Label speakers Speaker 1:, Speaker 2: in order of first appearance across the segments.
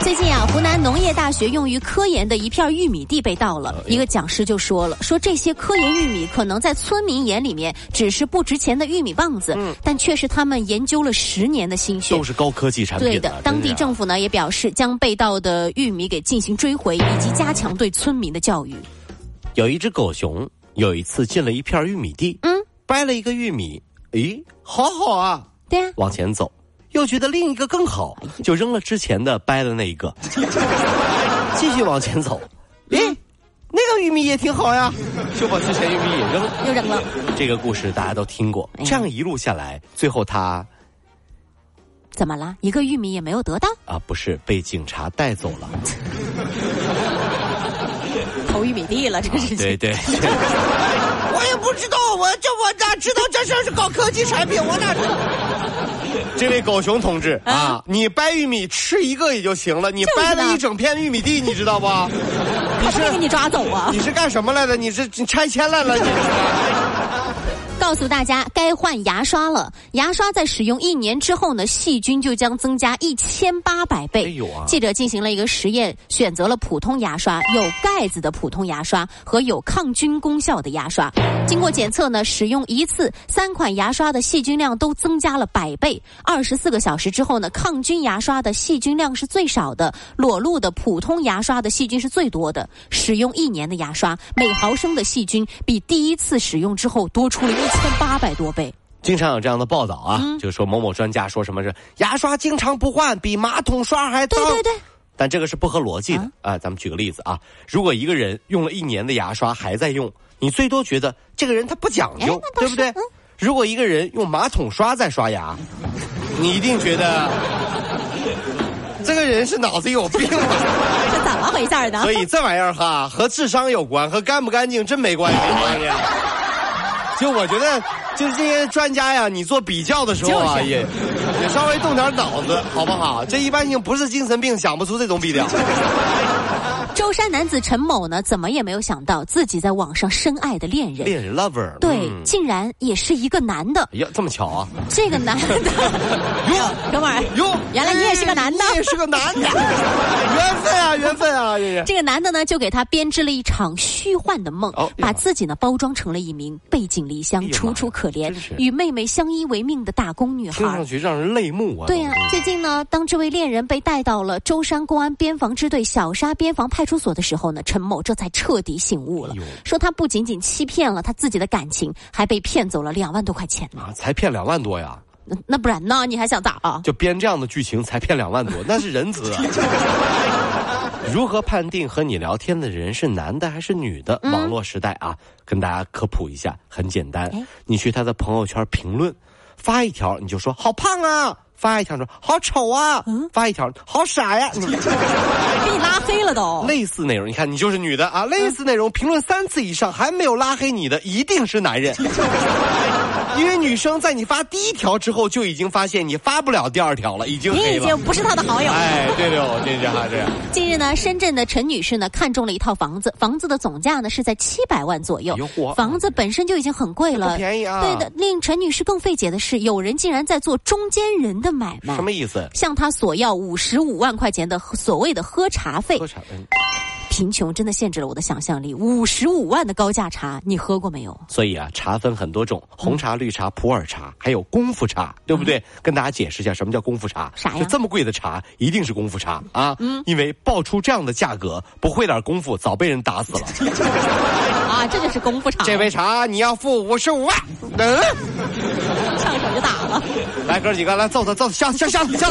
Speaker 1: 最近啊，湖南农业大学用于科研的一片玉米地被盗
Speaker 2: 哎
Speaker 1: 了。一个讲师就说了，说这些科研玉米可能在村民眼里面只是不值钱的玉米棒子，但却是他们研究了十年的心血
Speaker 2: 嗯都。是高科技产品、啊。
Speaker 1: 对的，当
Speaker 2: 真
Speaker 1: 地
Speaker 2: 是啊
Speaker 1: 政府呢也表示将被盗的玉米给进行追回，以及加强对村民的教育。
Speaker 2: 有一只狗熊，有一次进了一片玉米地，
Speaker 1: 嗯，
Speaker 2: 掰了一个玉米，诶，好好啊，
Speaker 1: 对啊，
Speaker 2: 往前走，又觉得另一个更好，就扔了之前的掰了那一 个，继续往前走，诶，那个玉米也挺好呀，嗯就把之前玉米也扔了。哎
Speaker 1: 又扔了。
Speaker 2: 这个故事大家都听过，这样一路下来，最后他
Speaker 1: 怎么了？一个玉米也没有得到，
Speaker 2: 啊不是被警察带走了，
Speaker 1: 投玉米地了，这个事情。
Speaker 2: 对对，
Speaker 3: 我也不知道，我这我哪知道这事儿是搞科技产品？我哪知道？
Speaker 2: 这位狗熊同志啊，你掰玉米吃一个也就行了，你
Speaker 1: 就是
Speaker 2: 掰
Speaker 1: 呢
Speaker 2: 了一整片玉米地，你知道不？你
Speaker 1: 他不会给
Speaker 2: 是
Speaker 1: 你抓走啊！
Speaker 2: 你是干什么来的？你是你拆迁来了？你
Speaker 1: 告诉大家，该换牙刷了。牙刷在使用一年之后呢，细菌就将增加一千八百倍。
Speaker 2: 哎呦啊
Speaker 1: 记者进行了一个实验，选择了普通牙刷、有盖子的普通牙刷和有抗菌功效的牙刷。经过检测呢，使用一次三款牙刷的细菌量都增加了百倍。二十四个小时之后呢，抗菌牙刷的细菌量是最少的，裸露的普通牙刷的细菌是最多的。使用一年的牙刷，每毫升的细菌比第一次使用之后多出了一千八百多倍。
Speaker 2: 经常有这样的报道啊，
Speaker 3: 嗯
Speaker 2: 就说某某专家说什么是牙刷经常不换，比马桶刷还脏。
Speaker 1: 对对对。
Speaker 2: 但这个是不合逻辑的啊！咱们举个例子啊，如果一个人用了一年的牙刷还在用，你最多觉得这个人他不讲
Speaker 1: 哎
Speaker 2: 究，
Speaker 1: 那倒
Speaker 2: 对不
Speaker 1: 是
Speaker 2: 对
Speaker 1: 嗯？
Speaker 2: 如果一个人用马桶刷在刷牙，你一定觉得这个人是脑子有 病吧？
Speaker 1: 这怎么回事呢？
Speaker 2: 所以这玩意儿哈，和智商有关，和干不干净真没关系。没关系就我觉得，就是这些专家呀，你做比较的时候啊，
Speaker 1: 就是
Speaker 2: 也也稍微动点脑子，好不好？这一般性不是精神病，想不出这种比较。
Speaker 1: 舟山男子陈某呢，怎么也没有想到自己在网上深爱的恋人，
Speaker 2: 恋人 lover，
Speaker 1: 对，
Speaker 2: 嗯
Speaker 1: 竟然也是一个男 的。
Speaker 2: 哎呀，这么巧啊！
Speaker 1: 这个男的，
Speaker 2: 哟
Speaker 1: 哥们儿，啊
Speaker 2: 哟，
Speaker 1: 原来你也是个男的
Speaker 2: 哎你也是个男 的，缘分啊，缘分啊，这是。
Speaker 1: 这个男的呢，就给他编织了一场虚幻的梦，
Speaker 2: 哦哎呀妈
Speaker 1: 把
Speaker 2: 呀
Speaker 1: 自己呢包装成了一名背井离乡、
Speaker 2: 哎呀妈呀
Speaker 1: 楚楚可怜
Speaker 2: 真是、
Speaker 1: 与妹妹相依为命的打工女
Speaker 2: 听上
Speaker 1: 孩。
Speaker 2: 去让人泪目啊！
Speaker 1: 对呀、
Speaker 2: 这
Speaker 1: 最近呢，当这位恋人被带到了舟山公安边防支队小沙边防派出所的时候呢，陈某这才彻底醒悟了
Speaker 2: 哎呦，
Speaker 1: 说他不仅仅欺骗了他自己的感情，还被骗走了两万多块钱呢。
Speaker 2: 啊，才骗两万多呀！
Speaker 1: 那那不然呢？你还想咋啊？
Speaker 2: 就编这样的剧情才骗两万多，那是仁 慈啊！如何判定和你聊天的人是男的还是女的？
Speaker 1: 嗯
Speaker 2: 网络时代啊，跟大家科普一下，很简单
Speaker 1: 哎，
Speaker 2: 你去他的朋友圈评论，发一条你就说好胖啊，发一条说好丑啊，
Speaker 1: 嗯
Speaker 2: 发一条好傻 呀，你
Speaker 1: 给你拉黑了都。
Speaker 2: 类似内容，你看你就是女的
Speaker 1: 嗯
Speaker 2: 啊，类似内容评论三次以上还没有拉黑你的，一定是男 人。因为女生在你发第一条之后就已经发现你发不了第二条了，已经
Speaker 1: 你
Speaker 2: 黑
Speaker 1: 已
Speaker 2: 了。
Speaker 1: 经不是他的好友了。
Speaker 2: 哎，对对，我这这哈 这样，
Speaker 1: 近日呢，深圳的陈女士呢看中了一套房子，房子的总价呢是在七百万左右
Speaker 2: 哎呦嚯。
Speaker 1: 房子本身就已经很贵了，
Speaker 2: 不便宜啊
Speaker 1: 对的，令陈女士更费解的是，有人竟然在做中间人的买卖
Speaker 2: 什。么意思？
Speaker 1: 向她索要五十五万块钱的所谓的喝茶费
Speaker 2: 喝，茶？嗯
Speaker 1: 贫穷真的限制了我的想象力。五十五万的高价茶，你喝过没有？
Speaker 2: 所以啊，茶分很多种，红茶、绿茶、普洱茶，还有功夫茶，对不对？跟大家解释一下什么叫功夫茶。
Speaker 1: 嗯啥呀
Speaker 2: 就这么贵的茶，一定是功夫茶啊！嗯，因为爆出这样的价格，不会点功夫，早被人打
Speaker 1: 嗯
Speaker 2: 死了。
Speaker 1: 啊，这就是功夫茶，
Speaker 2: 这杯茶你要付五十五万。嗯，
Speaker 1: 上手就打了。
Speaker 2: 来哥几个，来揍他，揍他，下下下下！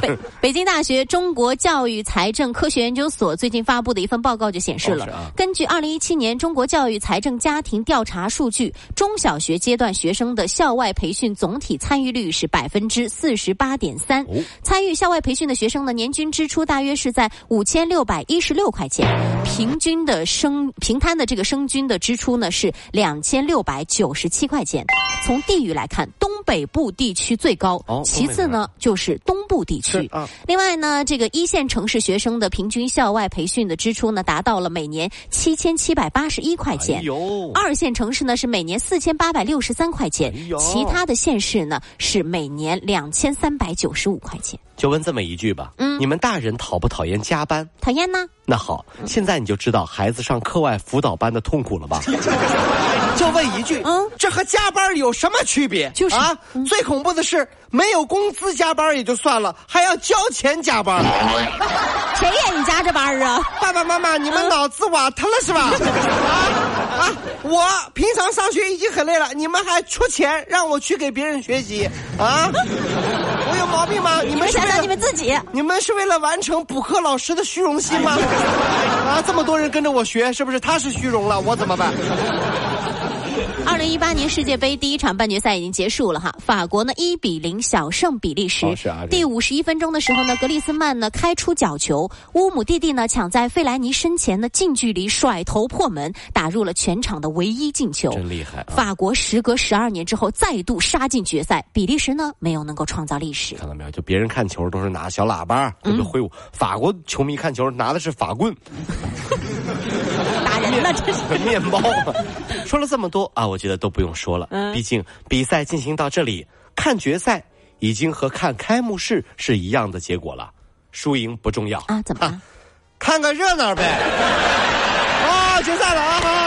Speaker 1: 北 北京大学中国教育财政科学研究所最近发布的一份报告就显示了，
Speaker 2: 哦是啊
Speaker 1: 根据二零一七年中国教育财政家庭调查数据，中小学阶段学生的校外培训总体参与率是百分之四十八点三
Speaker 2: 哦，
Speaker 1: 参与校外培训的学生呢，年均支出大约是在五千六百一十六块钱，平均的生平摊的这个生均的支出呢是两千六百九十七块钱。从地域来看，东北部地区最高，
Speaker 2: 哦
Speaker 1: 其次呢就是东部地区
Speaker 2: 是。啊
Speaker 1: 另外呢，这个一线城市学生的平均校外培训的支出呢，达到了每年七千七百八十一块钱。
Speaker 2: 哎呦，
Speaker 1: 二线城市呢是每年四千八百六十三块钱
Speaker 2: 哎，呦
Speaker 1: 其他的县市呢是每年两千三百九十五块钱。
Speaker 2: 就问这么一句吧，
Speaker 1: 嗯
Speaker 2: 你们大人讨不讨厌加班？
Speaker 1: 讨厌呢？
Speaker 2: 那好，
Speaker 1: 嗯
Speaker 2: 现在你就知道孩子上课外辅导班的痛苦 了吧？就问一句，
Speaker 1: 嗯
Speaker 2: 这和加班有什么区别？
Speaker 1: 就是嗯
Speaker 2: 啊，最恐怖的是没有工资加班也就算了，还要交钱加班。
Speaker 1: 谁愿意加这班儿啊？
Speaker 2: 爸爸妈妈，你们脑子瓦特了是吧？啊啊！我平常上学已经很累了，你们还出钱让我去给别人学习啊？我有毛病吗？你
Speaker 1: 你
Speaker 2: 们
Speaker 1: 们
Speaker 2: 是
Speaker 1: 想
Speaker 2: 为
Speaker 1: 想
Speaker 2: 了
Speaker 1: 你们自己。
Speaker 2: 你们是为了完成补课老师的虚荣心吗？啊，这么多人跟着我学，是不是他是虚荣了，我怎么办？
Speaker 1: 二零一八年世界杯第一场半决赛已经结束了哈，法国呢一比零小胜比利时。
Speaker 2: 哦是啊这个
Speaker 1: 第五十一分钟的时候呢，格列斯曼呢开出角球，乌姆蒂蒂呢抢在费莱尼身前呢近距离甩头破门，打入了全场的唯一进球。
Speaker 2: 真厉害啊
Speaker 1: 法国时隔十二年之后再度杀进决赛，比利时呢没有能够创造历史。
Speaker 2: 看到没有？就别人看球都是拿小喇叭，对不对？挥舞。法国球迷看球拿的是法棍、
Speaker 1: 打人了，这是。
Speaker 2: 面包。说了这么多啊，我觉得都不用说了。毕竟比赛进行到这里，看决赛已经和看开幕式是一样的结果了，输赢不重要
Speaker 1: 啊怎么了
Speaker 2: 看个热闹呗。啊，决赛了啊！